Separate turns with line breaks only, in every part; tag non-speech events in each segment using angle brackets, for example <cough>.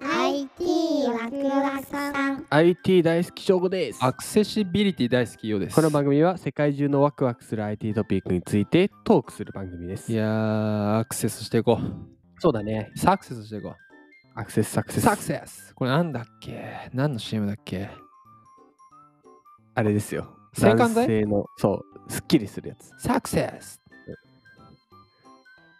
IT ワクワクさん
IT 大好き翔吾です
アクセシビリティ大好きようです。
この番組は世界中のワクワクする IT トピックについてトークする番組です
いやー、アクセスしていこう。
そうだね
サクセスしていこ
アクセスサク
う。
セス
サクセスこれなんだっけ何の CM だっけ
あれですよ
制汗
男
剤
性のそうすっきりするやつ
サクセス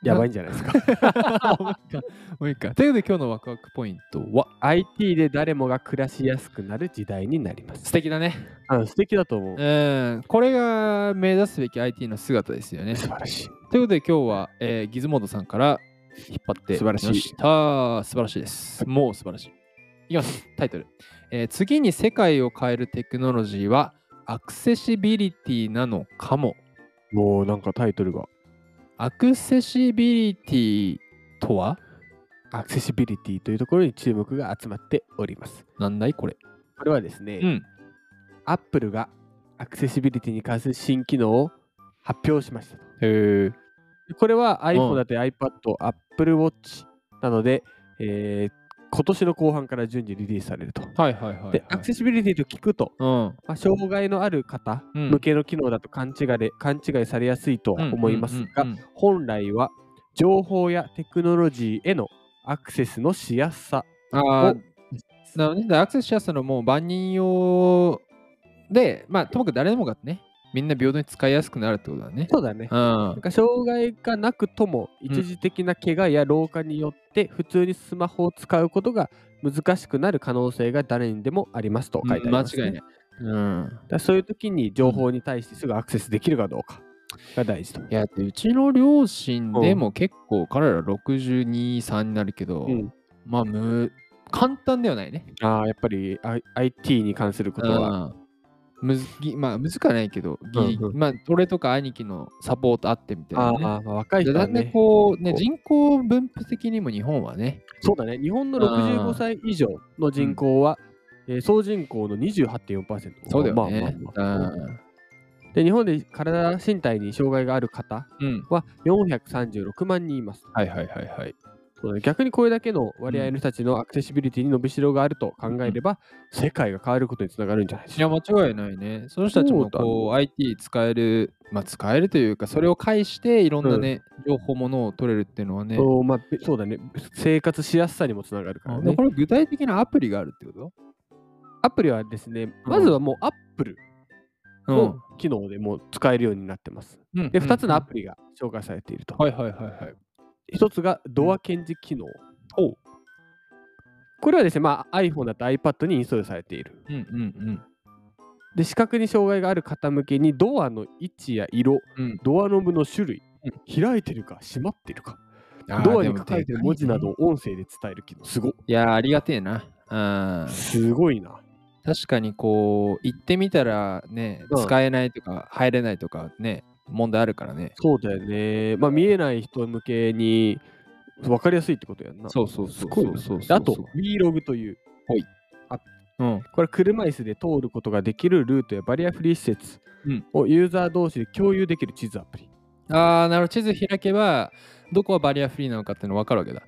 やばいんじゃない <laughs> ですか
もういいか。もういいか。ということで今日のワクワクポイントは
IT で誰もが暮らしやすくなる時代になります
素敵だね。
あの素敵だと思う
うん。これが目指すべき IT の姿ですよね。
素晴らしい
ということで今日は、えーギズモードさんから引っ張って
素晴らしい
みました素晴らしいです。もう素晴らしい。いきます。タイトル、えー次に世界を変えるテクノロジーはアクセシビリティなのかも。
もうなんかタイトルが
アクセシビリティとは
アクセシビリティというところに注目が集まっております
なんだいこれ。
これはですね、
うん。
アップルがアクセシビリティに関する新機能を発表しましたと
へー
これは
う
iPhone
ん
だって iPad、Apple Watch なので、えー今年の後半から順次リリースされると。
はいはいはい、はい。
で、アクセシビリティと聞くと、
うん。
まあ、障害のある方
うん
向けの機能だと勘違いで、勘違いされやすいとは思いますが、
うんうんうんうん
本来は情報やテクノロジーへのアクセスのしやすさ
あ
を
あ、なので、アクセスしやすさのもう万人用で、まあ、ともかく誰でもがね、みんな平等に使いやすくなるってことだね。
そうだね
う。ん
なん。か障害がなくとも一時的な怪我や老化によって普通にスマホを使うことが難しくなる可能性が誰にでもありますと書いてあり
間
ます、ね
違いない。うん。
だからそういう時に情報に対してすぐアクセスできるかどうかが大事と。
いや、だってうちの両親でも結構、彼ら62、3になるけど、
うん
まあ、む、簡単ではないね。
ああ、やっぱり、I、IT に関することは。
うんむずぎまあ、難くはないけど、ぎ
うんうん
まあ、俺とか兄貴のサポートあってみたいな、
あ
ね。
ーあー、若い
で
人
だ
は
んだん
ね。
こうね、
こう
人口分布的にも日本はね、
そうだね。日本の
あ
65
ー
歳以上の人口は、えー総人口の28.4%。
そうだよ
まあ
ね。
まあまあで、日本で体、身体に障害がある方
うんうん。
は436万人います。
はいはいはいはい。
そうだね逆にこれだけの割合の人たちのアクセシビリティに伸びしろがあると考えれば、世界が変わることにつながるんじゃないで
い
す
や、
か。
間違いないね。その人たちも
そう
こう IT 使える、まあ使えるというか、それを介していろんなね、情報、ものを取れるっていうのはね。
そうまあ、べそうだね。生活しやすさにもつながるから
あ
ね。
でこれ具体的なアプリがあるってこ
アプリはですね、まずはもうアップル
と
の機能でもう使えるようになってます。
うん。
で、2つのア
プ
プリが紹介されていると。
リ。はいはいはいはい。
1つがドア検知機能。
ほう。
これはですね、まあ、iPhone だと iPad にインストールされている。
うんうん
で、視覚に障害がある方向けにドアの位置や色、
うん
ドアノブの種類、開いてるか閉まってるか、ドアに書かれてる文字など。
あーでもでかいね
を音声で伝える機能。すご
いやー、ありがてえな。あー
すごいな。
確かにこう、行ってみたらね、
うん
使えないとか、入れないとかね、問題あるからね。
そうだよね。まあ、見えない人向けに分かりやすいってことやんな。
そうそうそう
すごい
そ
な
うそう
であと、Vlog という、
うん。
これ車椅子で通ることができるルートやバリアフリー施設
うん
をユーザー同士で共有できる地図アプリ。
ああ、なるほど。地図開けば、どこはバリアフリーなのかっていうの分かるわけだ。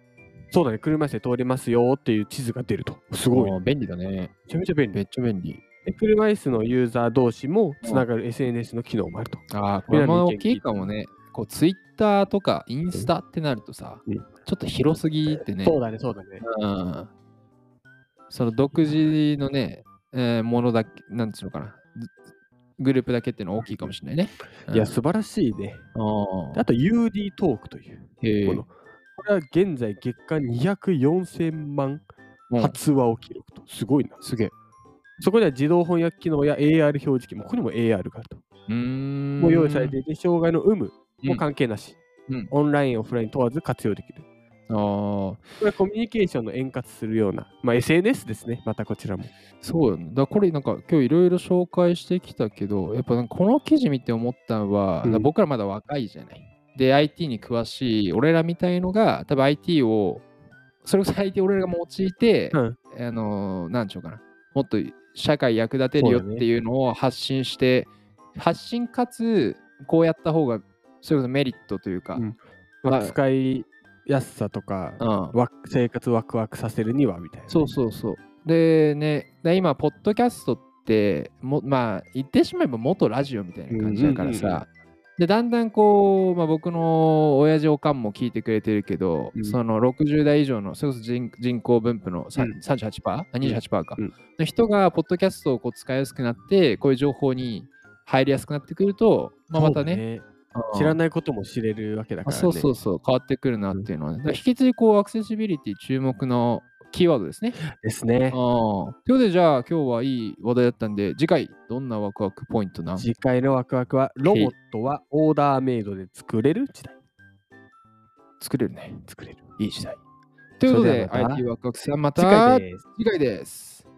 そうだね、車椅子で通れますよっていう地図が出ると。すごい。
あ
め
ー便利だね。
ちゃめちゃ便利。
めっちゃ便利。
で車椅子のユーザー同士もつながる SNS の機能もあると。
ああ、これも
未来の意見
大きいかもね。こう、ツイッターとかインスタってなるとさ、
うん
ちょっと広すぎってね。
そうだね、そうだね。
うん。その独自のね、えーものだけ、なんつうのかな。ずグループだけっていうのは大きいかもしれないね。
いや、素晴らしいね。
うん、
であと、UD トークという。
へえ
このこれは現在月間204,000万
うん
発話を記録と。すごいな。
すげえ。
そこには自動翻訳機能や AR 表示器も、ここにも AR があると。
うーん。
もう用意されていて、障害の有無も関係なし、
うん
オンライン、オフライン問わず活用できる。
ああ。
これはコミュニケーションの円滑するような、まあ、SNS ですね、またこちらも。
そうよね。だからこれなんか今日いろいろ紹介してきたけど、やっぱなんかこの記事見て思ったのは、
うん
だから僕らまだ若いじゃない。で、IT に詳しい俺らみたいのが、多分 IT を、それこそ IT 俺らが用いて、
うん
あのー、なんちゅうかな、もっと社会役立てるよ
そうだね
っていうのを発信して、発信かつ、こうやった方が、それこそメリットというか、
うんまあ、
はい
使いやすさとか、
うん、
わ生活ワクワクさせるにはみたいな。
そうそうそう。でね、で今、ポッドキャストっても、まあ、言ってしまえば元ラジオみたいな感じだからさ、
うんうんうんう
でだんだんこう、まあ、僕の親父おかんも聞いてくれてるけど、
うん
その60代以上の、それこそ人人口分布のさ
うん
38%?、あ28%か、
うん
の人が、ポッドキャストをこう使いやすくなって、こういう情報に入りやすくなってくると、まあ、またね、
知ら
ない
ないことも知れるわけだか
あ
らね。
そうそうそう、変わってくるなっていうのはね、だから引き続きこう、アクセシビリティ注目のキーワードですね。
ですね。
ああ。ということで、じゃあ今日はいい話題だったんで、次回どんなワクワクポイントなん
次回のワクワクは、ロボットはオーダーメイドで作れる時代。
作れるね。
作れる。
いい時代。ということで、
それではまた
IT ワクワクさんま
次回
た
です。
次回です。